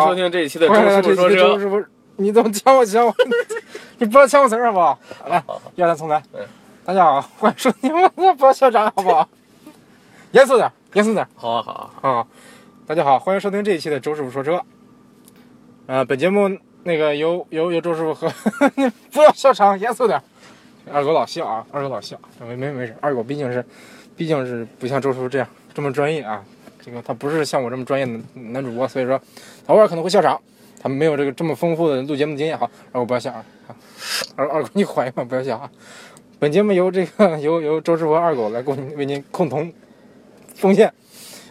收听这一期的不周是师这傅说这周车。师傅，你怎么抢我抢我？ 你不要抢我词儿好不好？来好好，要来重来嗯。大家好， 欢迎收听，我不要校长好不好？严肃点，严肃点好啊，好啊，啊！大家好，欢迎收听这一期的周师傅说车。呃，本节目那个由由由周师傅和 你不要笑场，严肃点。二狗老笑啊，二狗老笑，没没没事，二狗毕竟是毕竟是不像周师傅这样这么专业啊，这个他不是像我这么专业的男主播，所以说他偶尔可能会笑场，他没有这个这么丰富的录节目经验。好，二狗不要笑啊，啊二二狗你缓一缓，不要笑啊。本节目由这个由由周师傅和二狗来共为您共同奉献。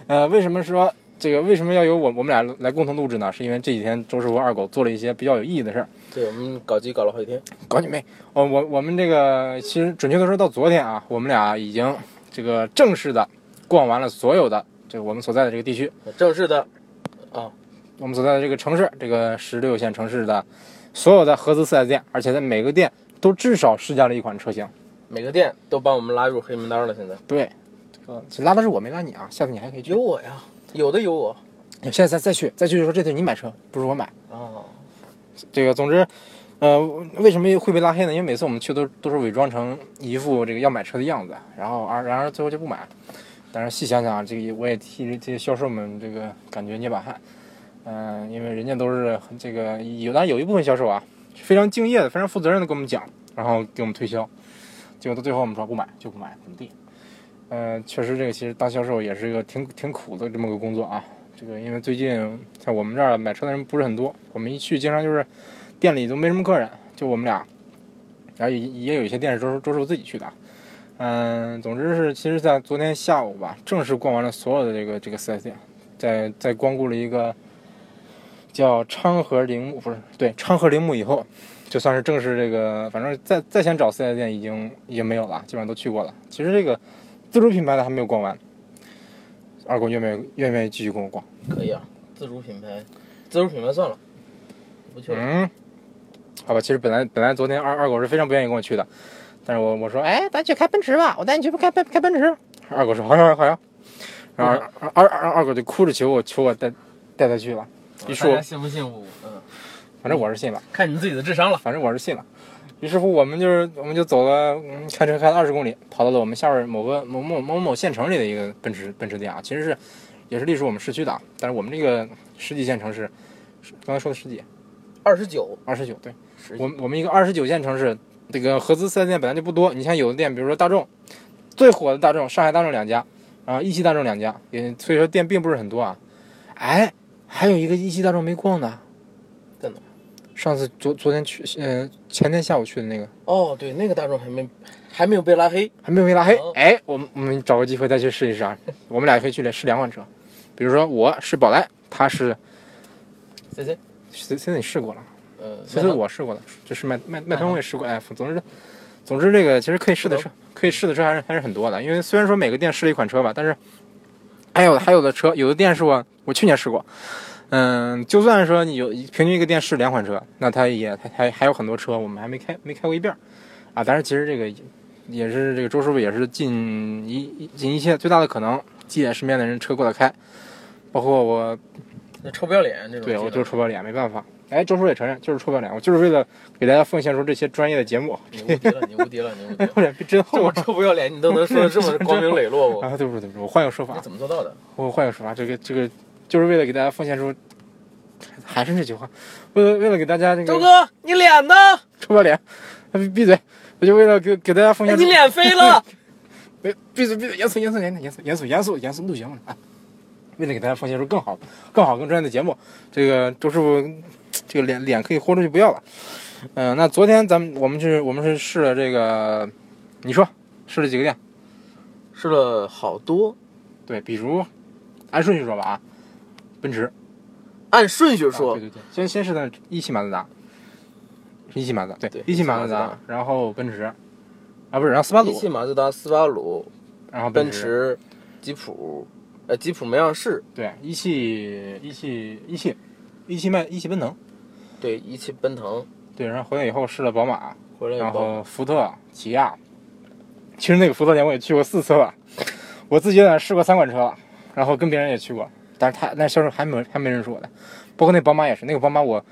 呃，为什么说这个为什么要由我我们俩来共同录制呢？是因为这几天周师傅和二狗做了一些比较有意义的事儿。对我们搞基搞了好几天，搞你妹！我我我们这个其实准确的说到昨天啊，我们俩已经这个正式的逛完了所有的这个我们所在的这个地区，正式的我们所在的这个城市，这个十六线城市的所有的合资四 S 店，而且在每个店都至少试驾了一款车型。每个店都把我们拉入黑名单了。现在对，这个拉的是我没拉你啊，下次你还可以去有。我呀，有的有我下次再再去再去就说这次你买车，不是我买。啊。这个总之，呃，为什么会被拉黑呢？因为每次我们去都都是伪装成一副这个要买车的样子，然后而然而最后就不买。但是细想想，这个我也替这些销售们这个感觉捏把汗，嗯、因为人家都是很这个有，当然有一部分销售啊是非常敬业的、非常负责任的跟我们讲，然后给我们推销，结果到最后我们说不买就不买，怎么地？嗯、确实这个其实当销售也是一个挺挺苦的这么个工作啊。这个因为最近在我们这儿啊买车的人不是很多，我们一去经常就是店里都没什么客人，就我们俩，然后也也有一些店是周周师傅自己去的啊。嗯，总之是，其实，在昨天下午吧，正式逛完了所有的这个这个四 S 店，在在光顾了一个叫昌河铃木，不是对昌河铃木以后，就算是正式这个，反正再再想找四 S 店已经已经没有了，基本上都去过了。其实这个自主品牌的还没有逛完，二狗愿不愿意愿不愿意继续跟我逛？可以啊，自主品牌，自主品牌算了，不去了。嗯，好吧，其实本来本来昨天二二狗是非常不愿意跟我去的，但是我我说，哎，咱去开奔驰吧，我带你去开奔开奔驰。二狗说好呀好呀好呀，然后二二二二狗就哭着求我求我带带他去了，于是大我家信不信我？嗯，反正我是信了，看你自己的智商了。反正我是信了。于是乎，我们就是我们就走了，嗯，开车开了二十公里，跑到了我们下边某个某某某某县城里的一个奔驰奔驰店啊，其实是也是隶属我们市区的，啊，但是我们这个十几线城市，是刚才说的十几二十九，二十九对。十我们我们一个二十九线城市，这个合资四 S 店本来就不多。你像有的店，比如说大众，最火的大众，上海大众两家，然后一汽大众两家，也所以说店并不是很多啊。哎，还有一个一汽大众没逛呢，在哪？上次昨昨天去，呃，前天下午去的那个哦，对，那个大众还没还没有被拉黑。还没有没拉黑哦。哎，我们我们找个机会再去试一 试啊。我们俩可以去试两款车，比如说我是宝来，他是 C C，现在你试过了。嗯，其实我试过的，就是麦麦麦团我也试过，哎，总之，总之这个其实可以试的车，可以试的车还是还是很多的。因为虽然说每个店试了一款车吧，但是还有还有的车，有的店是我我去年试过，嗯，就算说你有平均一个店试两款车，那它也它还还有很多车我们还没开没开过一遍儿啊。但是其实这个也也是这个周师傅也是尽一尽一切最大的可能借身边的人车过来开，包括我那臭不要脸这种。对，我就是臭不要脸，没办法。哎，周叔也承认，就是臭不要脸，我就是为了给大家奉献出这些专业的节目， 你无敌了，你无敌了，你无敌 了！我脸皮这真厚么啊！臭不要脸，你都能说的这么光明磊落， 我啊，对不住，对不住，我换个说你法，怎么做到的？我换个说法，这个这个就是为了给大家奉献出，还是那句话，为了为了给大家这周个哥，你脸呢？臭不要脸，闭闭嘴，我就为了给给大家奉哎献出你，脸飞 了！别闭嘴闭嘴，严肃严肃严肃严肃严肃严肃严肃录节目了啊！为了给大家奉献出更好、更好、更专业的节目，这个周师傅这个脸脸可以豁出去不要了。嗯、那昨天咱们我们去我们是试了这个，你说试了几个店？试了好多，对，比如按顺序说吧啊，奔驰，按顺序啊说对，对对，先先是那一汽马自达，是一汽马自达，对，对一汽马自一汽马达自，然后奔驰，啊不是，然后斯巴一鲁汽，马自达、斯巴鲁、然后奔驰，驰、吉普，呃，吉普没让试，对，一汽一汽一汽一汽迈一汽奔腾，对，一汽奔腾对，然后回来以后试了宝马，回来然以后，后福特、起亚，其实那个福特店我也去过四次了，我自己在那儿试过三款车，然后跟别人也去过，但是他那销售还没还没认识我呢。包括那宝马也是，那个宝马我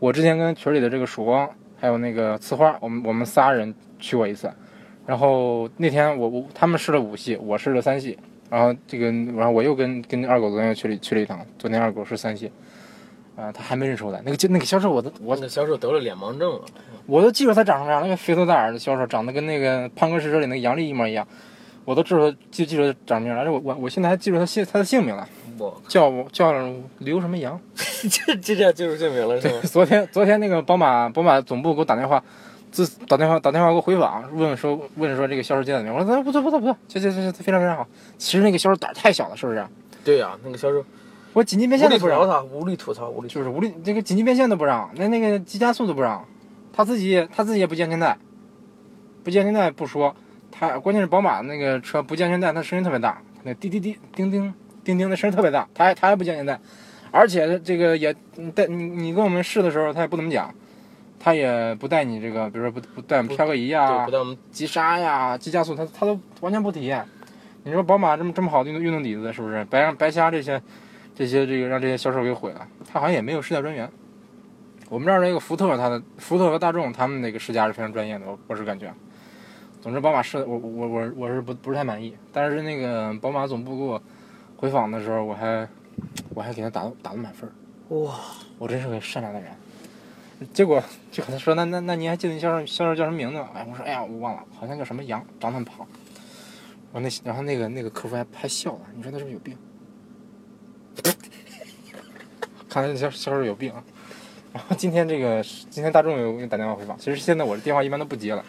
我之前跟群里的这个曙光还有那个呲花，我们我们仨人去过一次，然后那天我我他们试了五系，我试了三系，然后这个然后我又跟跟二狗昨天又去了去了一趟，昨天二狗是三系。啊、他还没认出来，那个就那个销售我都我我那销售得了脸盲症了，我都记住他长什么样，那个肥头大耳的销售，长得跟那个《胖哥试车》里那个杨笠一模一样，我都知道记记住他长什么样，而且我我我现在还记住他姓他的姓名了，我叫叫刘什么杨。 这这下记住姓名了是吗？ 昨天昨天那个宝马宝马总部给我打电话，自打电话打电话给我回访，问说问说这个销售接的怎么样，我说不错不错不错，这这这这非常非常好。其实那个销售胆儿太小了，是不是？ 对呀、那个销售我紧急变无现力都不吐槽让，他，无力吐槽，无力吐槽。就是无力这个紧急变现都不让，那那个急加速都不让，他自己他自己也不系安全带，不系安全带不说，他关键是宝马那个车不系安全带，它声音特别大，那滴滴滴叮叮叮叮的声音特别大，他还他还不系安全带，而且这个也你带你你跟我们试的时候，他也不怎么讲，他也不带你这个，比如说不不带我们漂个移对，啊不，带我们急刹呀、急加速，它它都完全不体验。你说宝马这么这么好的运动运动底子，是不是白让白瞎这些这些这个让这些销售给毁了？他好像也没有试驾专员。我们这儿那个福特，它的福特和大众他们那个试驾是非常专业的，我我是感觉。啊总之，宝马试我我我我是不不是太满意，但是那个宝马总部给我回访的时候，我还我还给他打打了满分儿。哇，我真是个善良的人。结果就跟他说，那那那您还记得你销售销售叫什么名字吗？哎，我说哎呀，我忘了，好像叫什么杨，长得很胖。我那然后那个那个客服还还笑了，你说他是不是有病？ 看来这销销售有病啊。然后今天这个今天大众有给我打电话回访，其实现在我的电话一般都不接了，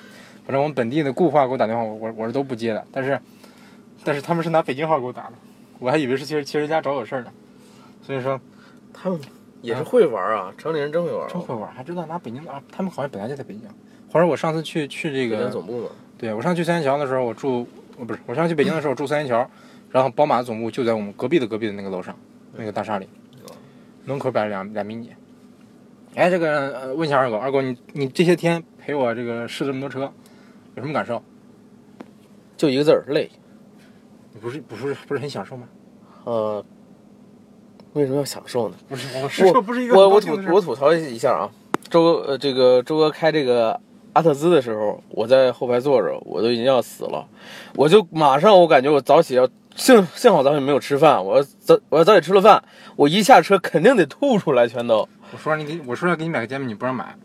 反正我们本地的固话给我打电话，我我我是都不接的。但是但是他们是拿北京号给我打的，我还以为是其实其实人家找我事儿呢，所以说他们也是会玩啊，城里人真会玩、真啊。会玩，还知道拿北京的啊！他们好像本来就在北京。或者我上次去去这北京个，总部嘛，对我上次去三元桥的时候，我住我不是我上次去北京的时候我住三元桥，然后宝马总部就在我们隔壁的隔壁的那个楼上那个大厦里哦，门口摆了两两迷你。哎，这个、呃、问一下二狗，二狗你你这些天陪我这个试这么多车，有什么感受？就一个字儿累。你不是不是不是很享受吗？呃，为什么要享受呢？不是，我试车不是一个我很我高吐兴的事我吐槽一下啊，周呃这个周哥开这个阿特兹的时候，我在后排坐着，我都已经要死了，我就马上我感觉我早起要幸幸好早起没有吃饭，我要早我要早起吃了饭，我一下车肯定得吐出来，全都我说让你给我说要给你买个煎饼，你不让买，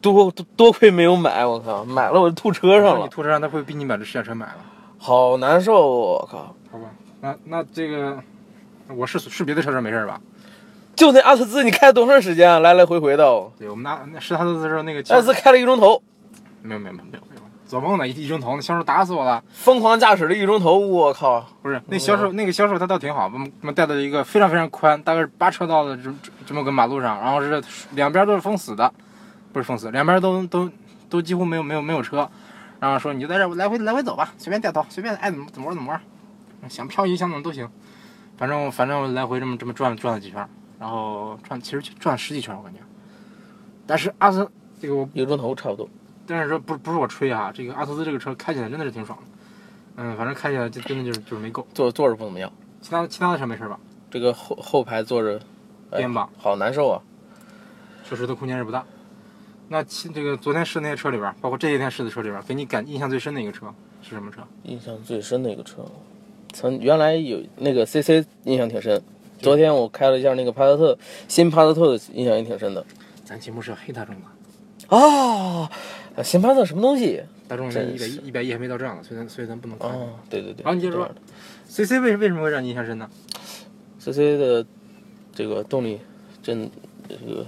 多多多亏没有买，我靠，买了我就吐车我上说你了，拖车上他会逼你把这试驾车买了。好难受，啊我靠，好吧，那那这个我是是别的车车没事儿吧？就那阿特兹你开了多长时间啊？来来回回的哦，对，我们拿那试他的时候那个阿销特兹开了一个钟头，没有没有没有没有没有，做梦呢一一钟头，那销售打死我了。疯狂驾驶了一个钟头，我靠，不是那销售那个销售他倒挺好，把我们把我们带到一个非常非常宽，大概是八车道的这这这么个马路上，然后是两边都是封死的，不是封死，两边都都都几乎没有没有没有车，然后说你就在这儿来回来回走吧，随便掉头，随便爱怎么怎么玩怎么玩，想漂移想怎么都行，反正反正来回这么这么转转了几圈，然后转其实就转了十几圈我感觉，但是阿斯这个我一个钟头差不多。但是说不不是我吹哈、这个阿图兹这个车开起来真的是挺爽的，嗯，反正开起来就真的就是就是没够，坐坐着不怎么样，其他其他的车没事吧，这个后后排坐着哎颠吧，好难受啊。确实它空间是不大。那其这个昨天试那些车里边儿，包括这些天试的车里边儿，给你感印象最深的一个车是什么车？印象最深的一个车，曾原来有那个 CC 印象挺深，昨天我开了一下那个帕萨特，新帕萨特的印象也挺深的咱节目是要黑大众的，啊。新帕萨特什么东西大众现在一百真一是一百一还没到账呢，所以咱所以咱不能看。啊？对对对。啊你接着说这样的 C C 为为什么会让你印象深呢？ ，CC 的这个动力真这个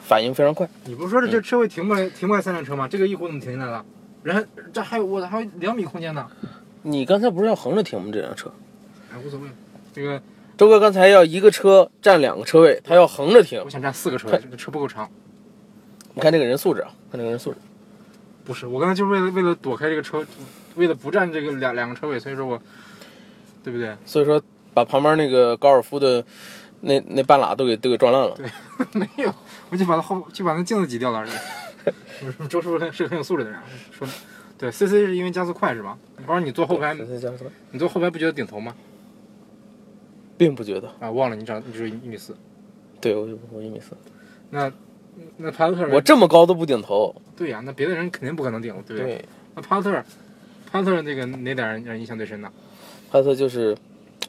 反应非常快，你不是说这这车位停过来停过来三辆车吗？这个一弧怎么停下来了？然后这还有我还有两米空间呢，你刚才不是要横着停吗？这辆车，哎无所谓。这个周哥刚才要一个车占两个车位，他要横着停我。想占四个车位，快这车不够长。你看这个人素质啊，看这个人素质。不是，我刚才就是为了为了躲开这个车，为了不占这个两两个车位，所以说我，对不对？所以说把旁边那个高尔夫的那那半拉都给都给撞烂了。 没有，我就把它后就把那镜子挤掉了而已。我说 周师傅是个很有素质的人啊，说对，C C 是因为加速快是吧？你不是你坐后排，你坐后排不觉得顶头吗？并不觉得，啊，忘了你长你只有一米四，对我我一米四，那那帕特特我这么高都不顶头。对呀、那别的人肯定不可能顶，对不对？对，那帕特特，帕特特那个哪点让人印象最深呢？帕特就是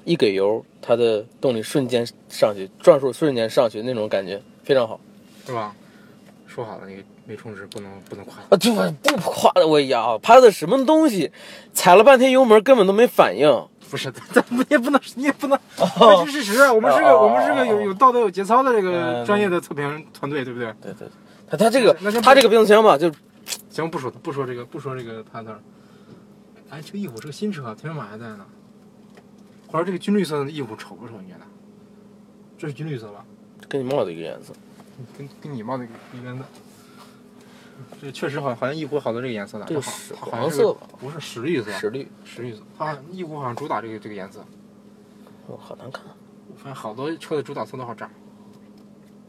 一给油，它的动力瞬间上去，转速瞬间上去，那种感觉非常好。是吧？说好了，那个没充值不能不能夸。啊，就我不夸了我呀，帕特什么东西，踩了半天油门根本都没反应。 不是， 咱咱们也不能，你也不能，这是事实啊。我们是个，哦我们是个有有道德、有节操的这个嗯专业的测评团队，对不对？对对，他他这个那先不他这个变速箱吧，就行，不说不说这个，不说这个帕特尔。哎，这个翼虎是个新车，天上马还在呢。或者这个军绿色的翼虎丑不丑？你觉得？这是军绿色吧？跟你帽子一个颜色。跟跟你帽子一边的。嗯这确实好像好像翼虎好多这个颜色的，这它个好屎它好像黄是色个吧不是石绿色，实力，石绿色，它好像翼虎好像主打这个这个颜色。哦，好难看。我发现好多车的主打色都好炸。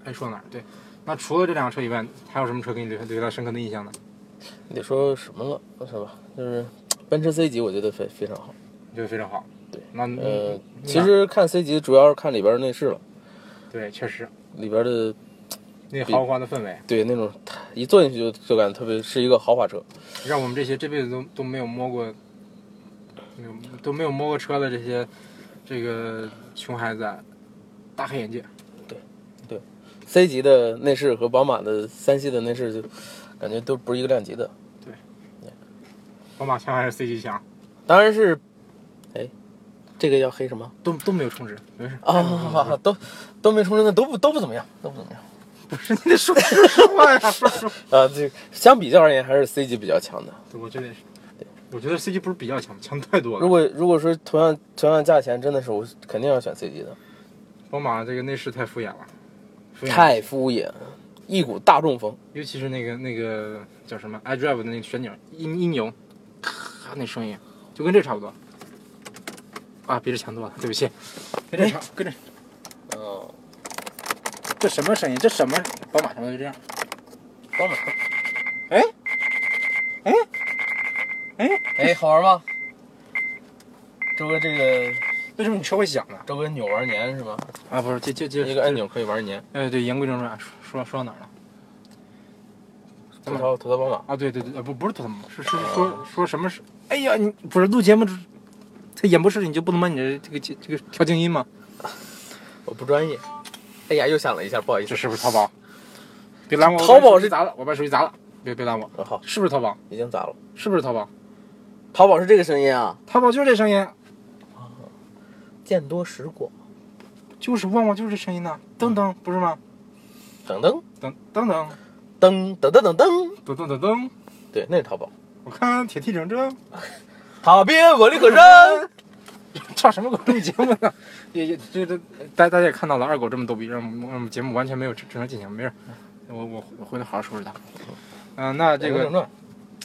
哎，说到哪儿？对，那除了这两个车以外，还有什么车给你留下留下深刻的印象呢？你得说什么了，是吧？就是奔驰 C 级，我觉得非非常好。你觉得非常好。对，那你呃你，其实看 C 级主要是看里边的内饰了，对，确实里边的那豪华的氛围，对那种一坐进去就就感觉特别是一个豪华车。让我们这些这辈子都都没有摸过，没有都没有摸过车的这些这个穷孩子啊，大开眼界。 C 级的内饰和宝马的三系的内饰就感觉都不是一个量级的。宝马强还是 C 级强，当然是，哎，这个要黑什么都都没有充值，没事啊？都都没充值的都不都不怎么样，都不怎么样。不是你得说说实 话呀，说实话。啊，这相比较而言还是 C 级比较强的。对我觉得也是，我觉得 C 级不是比较强，强太多了如。果如果说同样同样价钱，真的是我肯定要选 C 级的，宝马这个内饰太敷衍了，敷衍太敷衍，一股大众风。尤其是那个那个叫什么 iDrive 的那个旋钮一一扭，咔那声音就跟这差不多。啊，比这强多了，对不哎起，跟这差，跟这嗯、这什么声音？这什么？宝马什么就这样？宝马。哎，哎，哎，哎，好玩吗？周哥这个为什么你车会响啊呢？周哥扭玩年是吧？啊，不是，接接接一个按钮可以玩年。哎，对，言归正传，说说说到哪儿了？吐槽吐槽宝马。啊，对对对，呃不不是他们，是是说说什么是？哎呀，你不是录节目之，在演播室里你就不能把你的这个这个调静音吗？我不专业。哎呀，又响了一下，不好意这思。是不是淘宝？别拦我！淘宝我把手机是砸了，我把手机砸了！别别拦我！啊好，是不是淘宝？已经砸了。是不是淘宝？淘宝是这个声音啊，淘宝就是这声音，见多识广。就是旺旺就是这声音呐、噔噔，不是吗？噔噔噔噔噔噔噔噔噔噔，噔噔噔噔，对，那是淘宝。我看铁蹄铮铮，塔边我立可山。 唱什么鬼录节目呢？ 也也这这，大大家也看到了，二狗这么逗逼，让我们让我们节目完全没有正正常进行，没事儿，我我我回头好好收拾他。嗯、那这个言归正传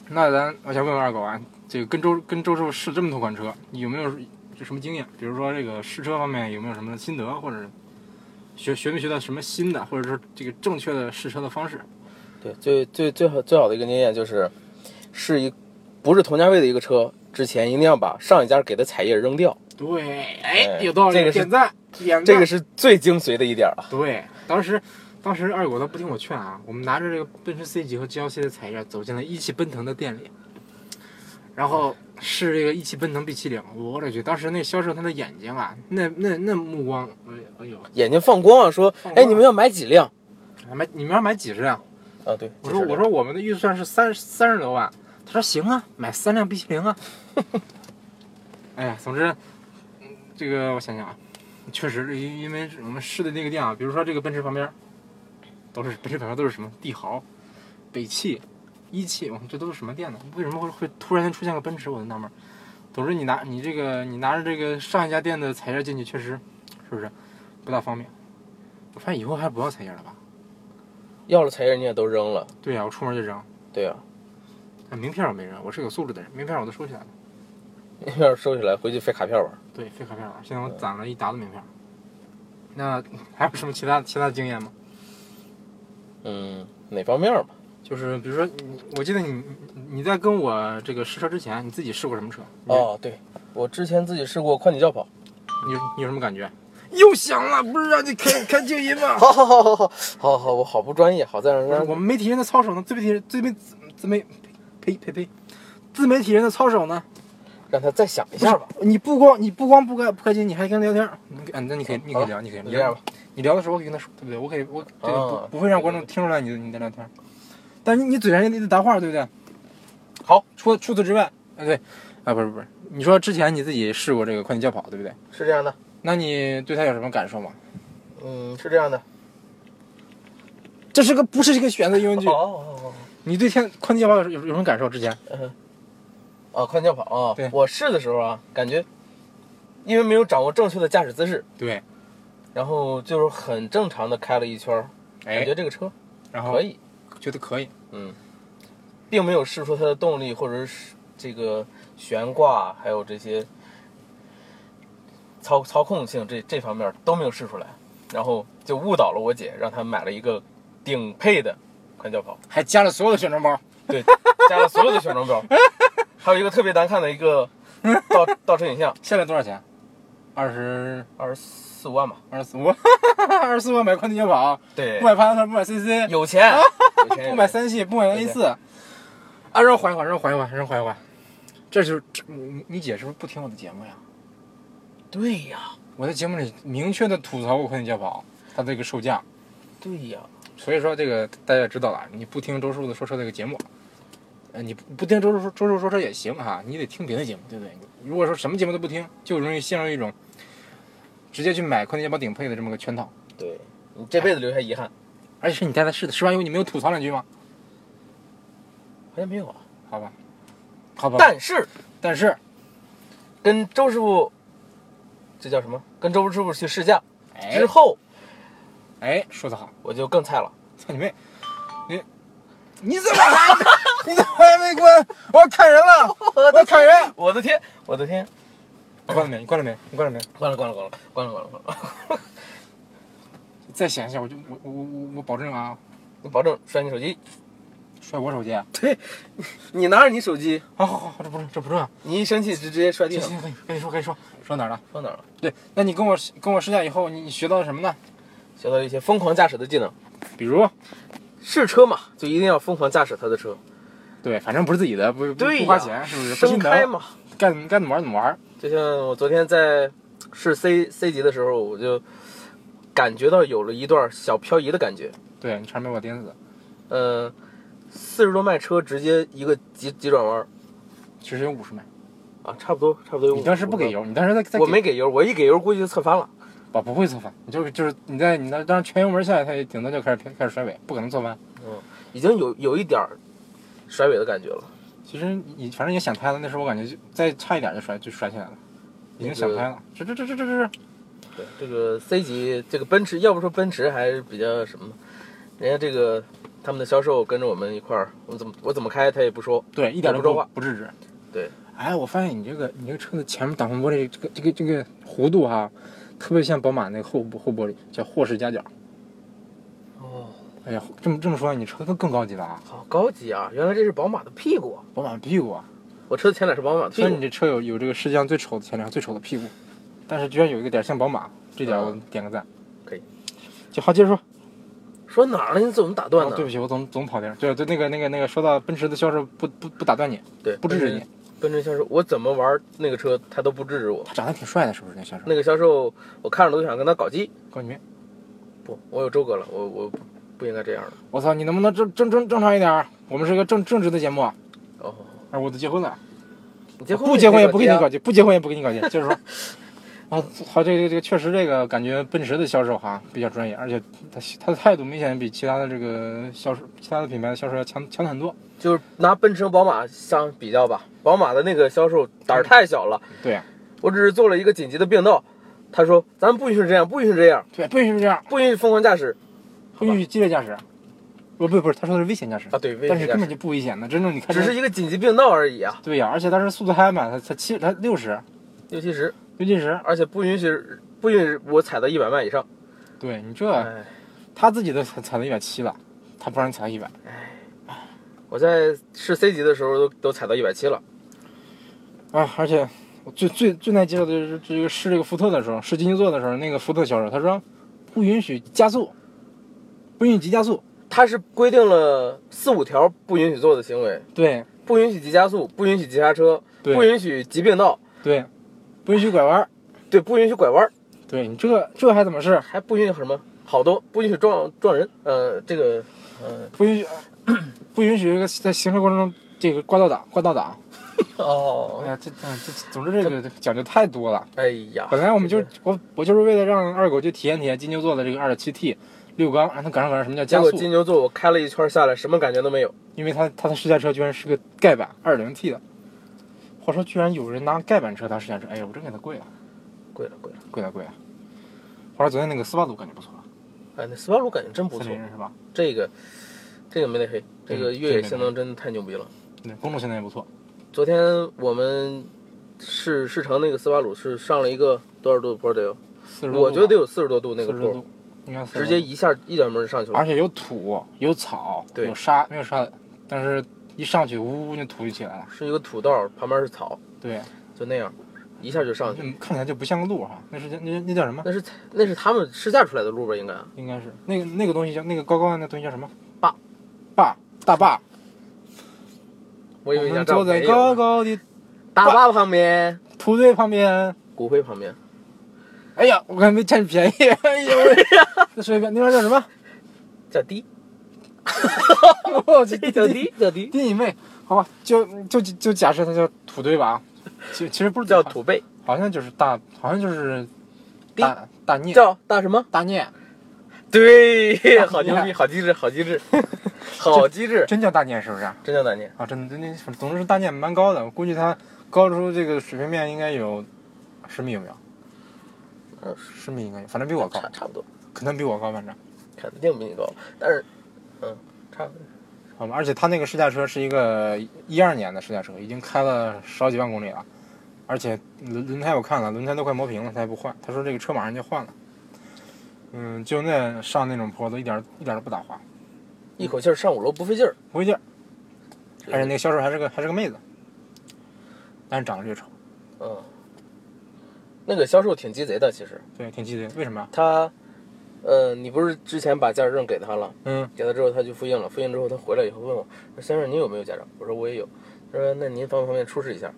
那咱我想问问二狗啊，这个跟周跟周师傅试这么多款车，你有没有就什么经验？比如说这个试车方面有没有什么心得，或者是学学没学到什么新的，或者说这个正确的试车的方式？对，最最最好最好的一个经验就是，是一不是同价位的一个车之前，一定要把上一家给的彩页扔掉，对，哎哎，有道理，这个是点赞，点赞，这个是最精髓的一点啊。对。当时当时二狗他不听我劝啊，我们拿着这个奔驰 C 级和 GLC 的彩页走进了一汽奔腾的店里，然后试这个一汽奔腾 B 7 0我勒去，当时那销售他的眼睛啊，那那那目光，哎哎呦，眼睛放光啊，说放，光哎，你们要买几辆？买你们要买几十辆？啊，对，我说就是我说我们的预算是三三十多万，他说行啊，买三辆 B 七零啊。哎呀，总之，嗯这个我想想啊，确实因因为我们试的那个店啊，比如说这个奔驰旁边，都是奔驰旁边都是什么帝豪、北汽、一汽，我看这都是什么店呢？为什么会会突然间出现个奔驰？我就纳闷儿。总之你拿你这个你拿着这个上一家店的彩页进去，确实是不是不大方便？我发现以后还不要彩页了吧？要了彩页你也都扔了，对呀、啊我出门就扔。对啊， 啊，名片我没扔，我是有素质的人，名片我都收起来了。要是收起来回去废卡片玩。对，废卡片了，现在我攒了一沓子名片。那还有什么其他其他的经验吗？嗯，哪方面吧？就是比如说，你我记得你你在跟我这个试车之前，你嗯自己试过什么车？哦，对，我之前自己试过宽体轿跑，你，你有你有什么感觉？又响了，不是让你开开静音吗？好好好好好好好，我好不专业，好在人不是家我们媒体人的操守呢？自媒体人自媒自媒呸呸呸，自媒体人的操守呢？让他再想一下吧。你不光你不光不开不开心，你还跟他聊天儿。你嗯，那你可以你可以聊，你可以你这样聊吧。你聊的时候我可以跟他说，对不对？我可以我这个啊不不会让观众听出来你你在聊天儿，但你你嘴上也得搭话，对不对？好，除除此之外，啊对，啊不是不是，你说之前你自己试过这个快递轿跑，对不对？嗯是这样的，那你对他有什么感受吗？嗯，是这样的。这是个不是一个选择疑问句？哦哦你对天快递轿跑有有有什么感受？之前嗯，啊，快轿跑啊对！我试的时候啊，感觉因为没有掌握正确的驾驶姿势，对，然后就是很正常的开了一圈儿，感哎觉，这个车然后可以，觉得可以，嗯，并没有试出它的动力或者是这个悬挂，还有这些操操控性这这方面都没有试出来，然后就误导了我姐，让她买了一个顶配的快轿跑，还加了所有的宣传包。对，加了所有的选装标，还有一个特别难看的一个倒倒车影像，现在多少钱？二十二十四五万吧，二十四万， 二十四万买快递轿跑，对不，买帕萨特，不买 CC，有钱，有 钱，不买三系，不买对 A 四。啊，让我缓一缓，让我缓一缓，让我缓一缓。这就是这你你姐是不是不听我的节目呀？对呀，我在节目里明确的吐槽过快递轿跑它这个售价，对呀，所以说这个大家也知道了，你不听周叔的说车这个节目，呃，你不不听周叔说周叔说车也行哈，你得听别的节目，对不对？你如果说什么节目都不听，就容易陷入一种直接去买快递轿跑顶配的这么个圈套。对你这辈子留下遗憾，而且是你带他试的，试完以后你没有吐槽两句吗？好像没有啊，好吧，好吧，但是。但是，跟周师傅，这叫什么？跟周师傅去试驾哎之后，哎，说得好，我就更菜了。操你妹，你你怎么还 你怎么还没关？我要砍人了，我要砍人！我的天，我的天！你关了没？你关了没？你关了没？关了，关了，关了，关了，关了，关了！ 再想一下，我就我我我我保证啊，我保证摔你手机。摔我手机啊！对，你拿着你手机，好好好，这不是这不重要。你一生气直直接摔地上，行行，跟你跟你说跟你说，哎说哪儿了？放哪儿了？对，那你跟我跟我试驾以后，你你学到了什么呢？学到一些疯狂驾驶的技能。比如，试车嘛，就一定要疯狂驾驶他的车。对，反正不是自己的，不不对呀不花钱，是不是？不生心开疼，嘛。该怎么该怎么玩怎么玩。就像我昨天在试 C C 级的时候，我就感觉到有了一段小漂移的感觉。对你差点被我颠死。呃，四十多迈车直接一个急急转弯儿其实有五十迈。啊，差不多差不多有。你当时不给，油，你当时在在我没给油，我一给油估计就侧翻了。我不会侧翻，你就是就是你在你那当时全油门下来，它也顶多就开始开始甩尾，不可能侧翻。嗯，已经有有一点儿甩尾的感觉了。其实你反正也想开了，那时候我感觉就再差一点就甩就甩起来了，已经想开了。这这这这这这，对，这个 C 级这个奔驰，要不说奔驰还是比较什么，人家这个他们的销售跟着我们一块儿，我怎么我怎么开他也不说。对，一点都不说不话不制止。对，哎，我发现你这个你这个车子前面挡风玻璃这个这个这个弧度哈，特别像宝马那个后后玻璃，叫霍氏夹角。哦，哎呀，这么这么说你车更更高级了啊，好高级啊！原来这是宝马的屁股，宝马屁股啊。我车的前脸是宝马的屁虽然你股。这车有有这个世界上最丑的前脸、最丑的屁股，但是居然有一个点像宝马，这点我点个赞。可以，就好，接着说。说哪儿了？你怎么打断哦呢？对不起，我总总跑题儿。对对，那个那个那个，说到奔驰的销售不不不打断你，对，不制止你。奔驰销售，我怎么玩那个车，他都不制止我。他长得挺帅的，是不是？那销售，那个销售，我看着都想跟他搞基。高你妹！不，我有周哥了，我我不不应该这样的。我操，你能不能正正正正常一点儿？我们是一个正正直的节目啊！哦，啊，我都结婚了，你结婚不结婚也不跟你搞搞基，不结婚也不跟你搞基。 就是说，啊，好，这个这个确实这个感觉，奔驰的销售哈比较专业，而且他他的态度明显比其他的这个销售、其他的品牌的销售要强强很多。就是拿奔驰和宝马相比较吧，宝马的那个销售胆儿太小了，对啊呀、我只是做了一个紧急的变道。他说：“咱们不允许这样，不允许这样，对，不允许这样，不允许疯狂驾驶不允许激烈驾驶。不不不是，他说的是危险驾驶啊！，对，危但险是驾根驶本就不危险的，真正你看只这是一个紧急变道而已啊，对呀、而且当时速度还慢，他才七，他六十，六七十，六七十。而且不允许不允许我踩到一百迈以上。对你这，哎，他自己都踩踩到一百七了，他不让你踩一百。我在试 C 级的时候都都踩到一百七了，啊，而且我最最最难接受的就是这个试这个福特的时候，试金牛座的时候，那个福特销售他说不允许加速，不允许急加速，它是规定了四五条不允许做的行为，对不允许急加速，不允许急刹车，对不允许急并道，对，不允许拐弯儿，对，不允许拐弯儿，对你这个这还怎么试？还不允许什么好多，不允许撞撞人。呃，这个，呃，不允许 不允许这个在行车过程中这个挂倒档挂倒档，哎哦，呀，这这这总之这个这个讲究太多了。哎呀，本来我们就这个我我就是为了让二狗去体验体验金牛座的这个二点七 T 六缸，让他感受感受什么叫结加果速金，牛座我开了一圈下来，什么感觉都没有。因为他他的试驾车居然是个盖板二点零 T 的。话说，居然有人拿盖板车当试驾车，哎呀，我真给他跪了，贵了贵了，跪了跪了。话说啊昨天那个斯巴鲁感觉不错，啊哎，那斯巴鲁感觉真不森错，林是吧？这个这个没得黑，这个嗯越野真没性能真的太牛逼了。对，公路现在也不错，昨天我们试试乘那个斯巴鲁是上了一个多少度的坡得有？四十多度吧，我觉得得有四十多度那个40多坡，度，应该40直接一下一点门就上去了。而且有土、有草、对有沙，没有沙，但是一上去，呜呜，那土就起来了。是一个土道，旁边是草，对，就那样，一下就上去。嗯看起来就不像个路哈，那是叫那那叫什么？那是那是他们试驾出来的路吧？应该应该是那个那个东西叫那个高高的那东西叫什么？坝，坝，大坝。我以为我人们家坐在高高的大坝旁边，土堆旁边。骨灰旁边，哎呀，我还没占你便宜。哎呦喂，再说一遍，那边 叫什么？叫滴， 我去，叫滴，叫滴，弟你妹！好吧，就就就假设它叫土堆吧啊。其其实不是啊叫，土贝，好像就是大，好像就是地大大镍，叫大什么？大镍，对， 啊好牛厉逼，害好机智，好机 智，好机智，真叫大镍是不是？真叫难念。啊，真的，那总之是大念蛮高的，我估计它高出这个水平面应该有十米有没有？呃嗯十米应该有，反正比我高差，差不多，可能比我高，反正肯定比你高，但是，嗯，差不多。好嗯吧。而且它那个试驾车是一个一二年的试驾车，已经开了十好几万公里了，而且轮轮胎我看了，轮胎都快磨平了，他还不换，他说这个车马上就换了。嗯，就那上那种坡都一点儿一点儿都不打滑，一口气儿上五楼不费劲儿，不费劲儿。而且那个销售还是个还是个妹子，但是长得略丑，嗯，那个销售挺鸡贼的，其实对，挺鸡贼。为什么呀？啊他，呃，你不是之前把驾驶证给他了？嗯，给他之后，他去复印了。复印之后，他回来以后问我说：“先生，您有没有驾照？”我说：“我也有。”他说：“那您方不方便出示一下？”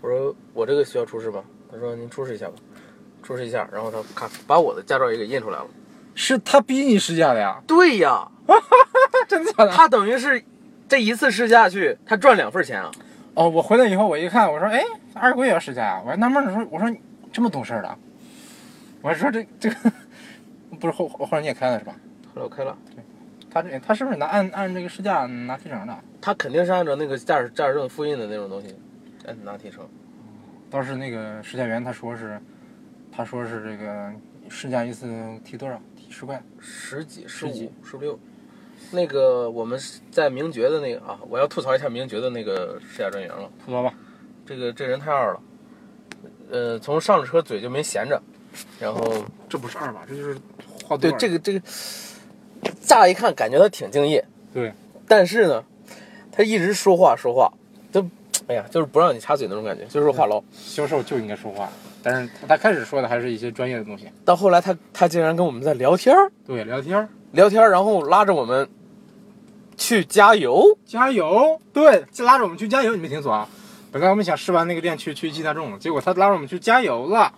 我说：“我这个需要出示吗？”他说：“您出示一下吧。”出示一下，然后他咔把我的驾照也给印出来了。是他逼你试驾的呀？ 对呀，真的假的？他等于是这一次试驾去，他赚两份钱啊！哦，我回来以后我一看，我说，哎，二狗也要试驾啊？我还纳闷儿呢，说，我说你这么懂事儿的，啊我还说这这个不是后后后来你也开了是吧？后来我开了，他这他是不是拿按按这个试驾拿提成的？他肯定是按照那个驾驶驾驶证复印的那种东西，按拿提成。当时那个试驾员他说是，他说是这个试驾一次提多少？提十块？十几、十十五几、十六。那个我们是在名爵的那个啊，我要吐槽一下名爵的那个试驾专员了，吐槽吧。这个这人太二了。呃，从上了车嘴就没闲着，然后这不是二吧？这就是花对这个这个，乍一看感觉他挺敬业，对，但是呢，他一直说话说话，就哎呀，就是不让你插嘴那种感觉，就是话痨。销售就应该说话，但是他他开始说的还是一些专业的东西。到后来他他竟然跟我们在聊天儿对，聊天儿聊天儿，然后拉着我们去加油，加油！对，就拉着我们去加油，你没听错啊。本来我们想试完那个店去去一汽大众了，结果他拉着我们去加油了。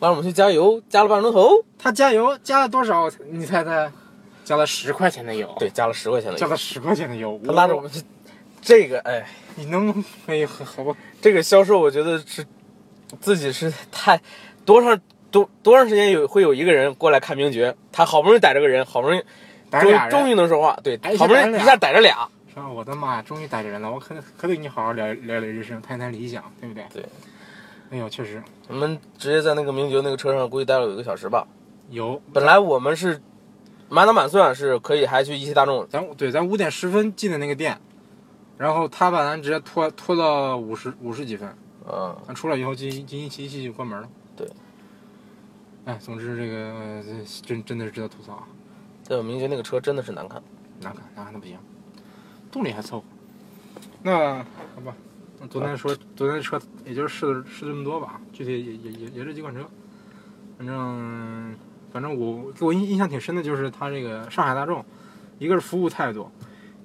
拉着我们去加油，加了半个钟头，他加油加了多少？你猜猜？加了十块钱的油，，对，加了十块钱的油加。了十块钱的油。他拉着我，们去，这个哎，你能哎呦，好吧？这个销售我觉得是自己是太多长多多长时间有会有一个人过来看名爵，他好不容易逮着个人，好不容易逮着终俩于终人，于能说话，对哎，好不容易一一下下逮着俩，说我的妈呀，终于逮着人了，我可可得跟你好好聊聊聊人生，谈谈理想，对不对？对。哎呦，确实我们直接在那个名爵那个车上估计待了有一个小时吧。有。本来我们是满打满算是可以还去一汽大众，咱对，咱五点十分进的那个店，然后他把咱直接拖拖到五十五十几分。嗯，啊，出来以后进进一期一期就关门了。对。哎，总之这个这真真的是值得吐槽啊，这个名爵那个车真的是难看。难看难看的不行，动力还凑合。那好吧，昨天说昨天车也就是试了试这么多吧，具体也也也也这几款车，反正反正我给我印印象挺深的就是它这个上海大众，一个是服务态度，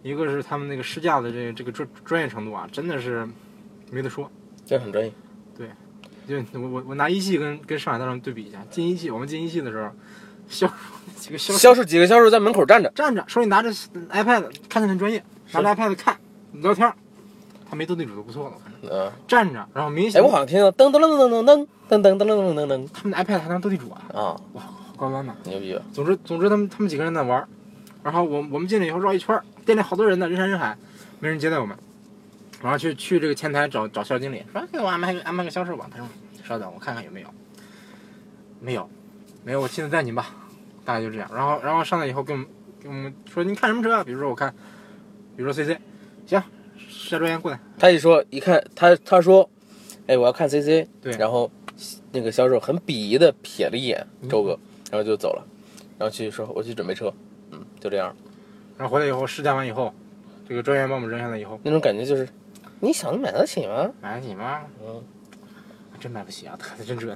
一个是他们那个试驾的这这个专专业程度啊，真的是没得说。这很专业。就我我我拿一汽跟跟上海大众对比一下，进一汽我们进一汽的时候，销售 几个销售销售几个销售在门口站着，站着，手里拿着 iPad 看着很专业，拿着 iPad 看聊天儿，他没斗地主都不错了，反正嗯、站着，然后明显哎，我好像听到噔噔噔噔噔噔噔噔噔噔噔噔他们的 iPad 还能斗地主啊，噔啊，好高端呐！牛逼啊！总之总之他们他们几个人在玩儿，然后我我们进来以后绕一圈儿，店里好多人呢，人山人海，没人接待我们，然后去去这个前台找找销售经理，说给我安排个安排个销售吧，他说稍等我看看有没有，没有，没有我亲自带您吧，大概就这样，然后然后上来以后跟我们跟我们说您看什么车啊，比如说我看，比如说 CC，行，夏卓言过来，他一说一看，他他说，哎，我要看 CC，对然后那个销售很鄙夷的瞥了一眼周哥，然后就走了，然后去说我去准备车，嗯，就这样，然后回来以后试驾完以后，这个专员把我们扔下来以后，那种感觉就是，你想得买得起吗？买得起吗？嗯，真买不起啊，他 真准。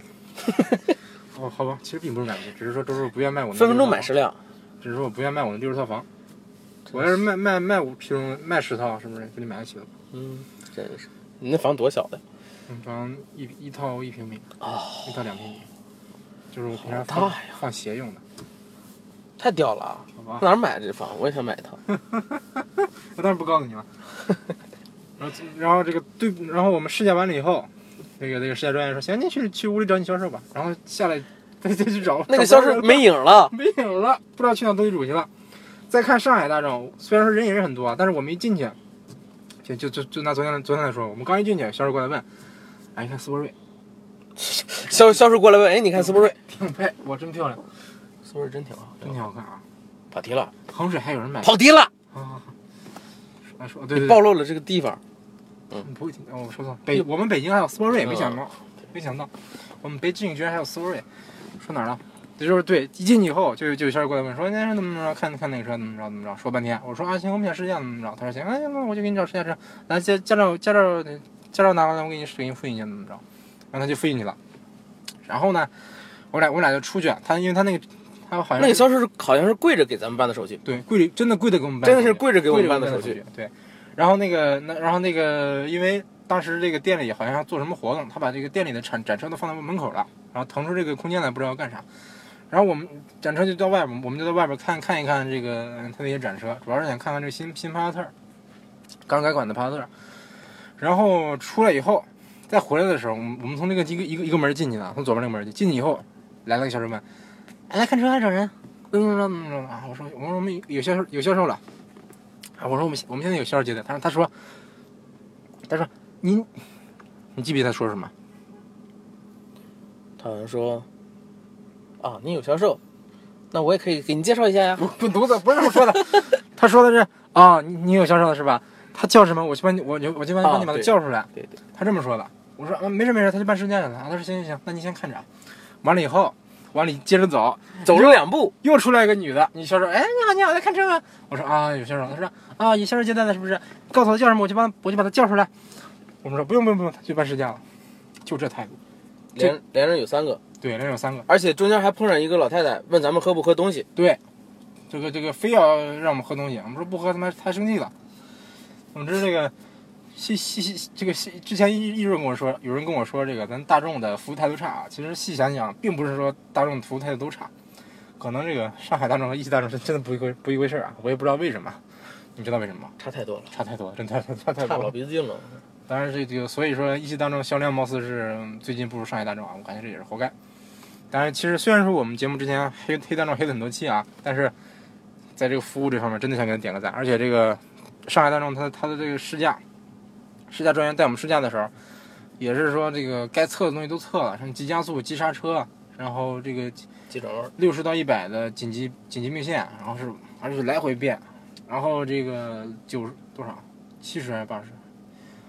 哦，好吧，其实并不是买不起，只是说周叔不愿卖我那分分钟买60十辆，只是说我不愿卖我那六十套房。我要是卖卖卖五平卖十套，是不是就得买得起了？嗯，真是，你那房多小的，嗯，房一一套一平米，哦，一套两平米，就是我平常好放大放鞋用的，太屌了啊，好 吧？哪儿买的这房？我也想买一套，我当然不告诉你了。然后然后这个对，然后我们试驾完了以后，那个那个试驾专员说：“行，您去去屋里找你销售吧。”然后下来再再去找那个销售没。没影了，没影了，不知道去哪斗地主去了。再看上海大众，虽然说人也是很多啊，但是我们一进去，就就就就拿昨天昨天来说，我们刚一进去，销售过来问，哎，你看斯铂瑞，销销售过来问，哎，你看斯铂瑞，挺配，我真漂亮，斯铂瑞真挺好，真挺好看哎啊。跑题了，衡水还有人买，跑题了，好好好，来说，对对暴对，露了这个地方，你不会听，哦，我说错，了，北我们北京还有斯铂瑞，没想到，没想到，我们北京居然还有斯铂瑞，说哪儿了？这就是对，一进去以后就就有销售过来问说，那是怎么怎么着，看看那个车怎么着怎么着，说半天，我说啊行，我们想试驾怎么着，他说行，哎那我就给你找试驾车，来驾驾照驾照驾照拿过来，我给你给你复印一下怎么着，然后他就复印去了，然后呢，我俩我俩就出去，他因为他那个他好像那个是销售是好像是跪着给咱们办的手续。对跪着真的跪着给我们办，真的是跪着给我跪们着办给的我手手续。。对，然后那个那然后那个，因为当时这个店里好像要做什么活动，他把这个店里的展展车都放到门口了，然后腾出这个空间来，不知道要干啥。然后我们展车就到外边，我们就在外边看看一看这个嗯他那些展车，主要是想看看这个新新帕萨特，刚改款的帕萨特。然后出来以后，再回来的时候，我们我们从那个一个一个一个门进去的，从左边那个门进进去以后，来了个销售问：“哎，来看车还找人？”怎么怎么怎么啊？我说我说我们有销售有销售了，啊，我说我们我们现在有销售接待，他说他说他说您，你记不记得他说什么？他好像说，啊，你有销售，那我也可以给你介绍一下呀。不不犊子，不是这么说的，他说的是啊、你你有销售了是吧？他叫什么？我去帮你，我我去帮你啊帮你把他对叫出来。对对，他这么说的。我说啊，没事没事，他去办试驾去了。啊，他说行行行，那您先看着啊。完了以后，完了接着走，走了两步，又出来一个女的，女销售，哎，你好，你好，来看车吗？我说啊，有销售，他说啊，有销售接待的，是不是？告诉我叫什么，我就帮我就把他叫出来。我们说不用不用不用，他去办试驾了，就这态度。连连着有三个，对，连有三个，而且中间还碰上一个老太太问咱们喝不喝东西，对，这个这个非要让我们喝东西，我们说不喝他妈太生气了。总之这个细细细这个细之前一一直跟我说，有人跟我说这个咱大众的服务态度差啊，其实细想想，并不是说大众的服务态度都差，可能这个上海大众和一汽大众是真的不一回不一回事儿啊，我也不知道为什么，你知道为什么吗？差太多了，差太多，真的差差太差多老了。鼻子劲了。当然这这个，所以说一汽大众销量貌似是嗯最近不如上海大众啊，我感觉这也是活该。当然，其实虽然说我们节目之前黑黑大众黑了很多期啊，但是在这个服务这方面真的想给他点个赞。而且这个上海大众它它的这个试驾，试驾专员带我们试驾的时候，也是说这个该测的东西都测了，像急加速、急刹车，然后这个急转弯，六十到一百的紧急紧急并线，然后是而且来回变，然后这个九十多少七十还是八十？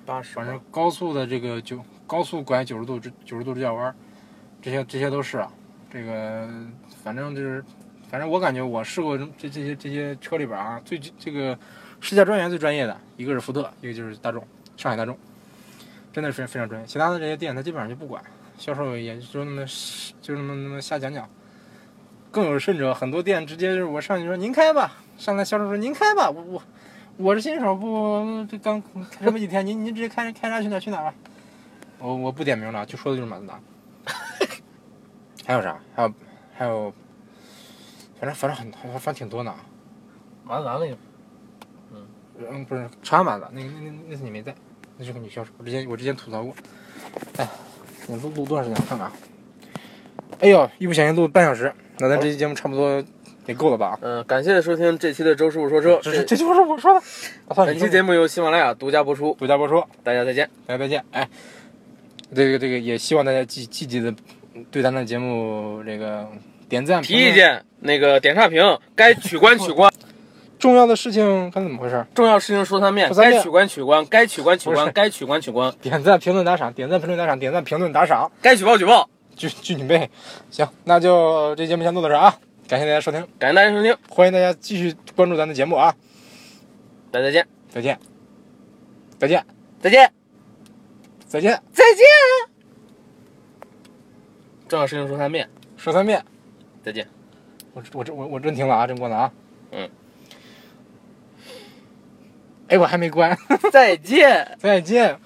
八十，反正高速的这个九高速拐九十度直九十度直角弯儿，这些这些都是啊。这个反正就是，反正我感觉我试过这这些这些车里边啊，最这个试驾专员最专业的一个是福特，一个就是大众，上海大众。真的是非常专业。其他的这些店他基本上就不管，销售也就那么就那么那么瞎讲讲。更有甚者，很多店直接就是我上去说您开吧，上来销售说您开吧，我我我是新手不这刚开这么几天，您您直接开开啥去哪儿去哪儿啊吧。我我不点名了，就说的就是马自达。 还有啥？还有还有，反正反正很反正挺多呢。马自达那个嗯，不是长安马自达，那个那那那次你没在，那是个女销售，我之前我之前吐槽过。哎，你录录多长时间？看看啊。哎呦，一不小心录半小时，那咱这期节目差不多也够了吧？嗯，感谢收听这期的周师傅说车，这这就是我 说的。我操，本你期说节目由喜马拉雅独家播出，独家播出，大家再见。大家再见。哎，这个这个也希望大家积积极的对咱的节目这个点赞提意。见，那个点差评，该取关取 关，重要的事情看怎么回事？重要事情说三遍，说三遍该取关取关，该取关取不关，是该取关取关，点赞、评论、打赏，点赞、评论、打赏，点赞、评论、打赏。该举报举报。举举你妹！行，那就这节目先录到这儿啊，感谢大家收听，感谢大家收听，欢迎大家继续关注咱的节目啊，大家再见，再见，再见，再见，再见，再见。啊重要事情说三遍，说三遍，再见。 我我这我我真停了啊，真关了啊，嗯，哎，我还没关， 再见。再见。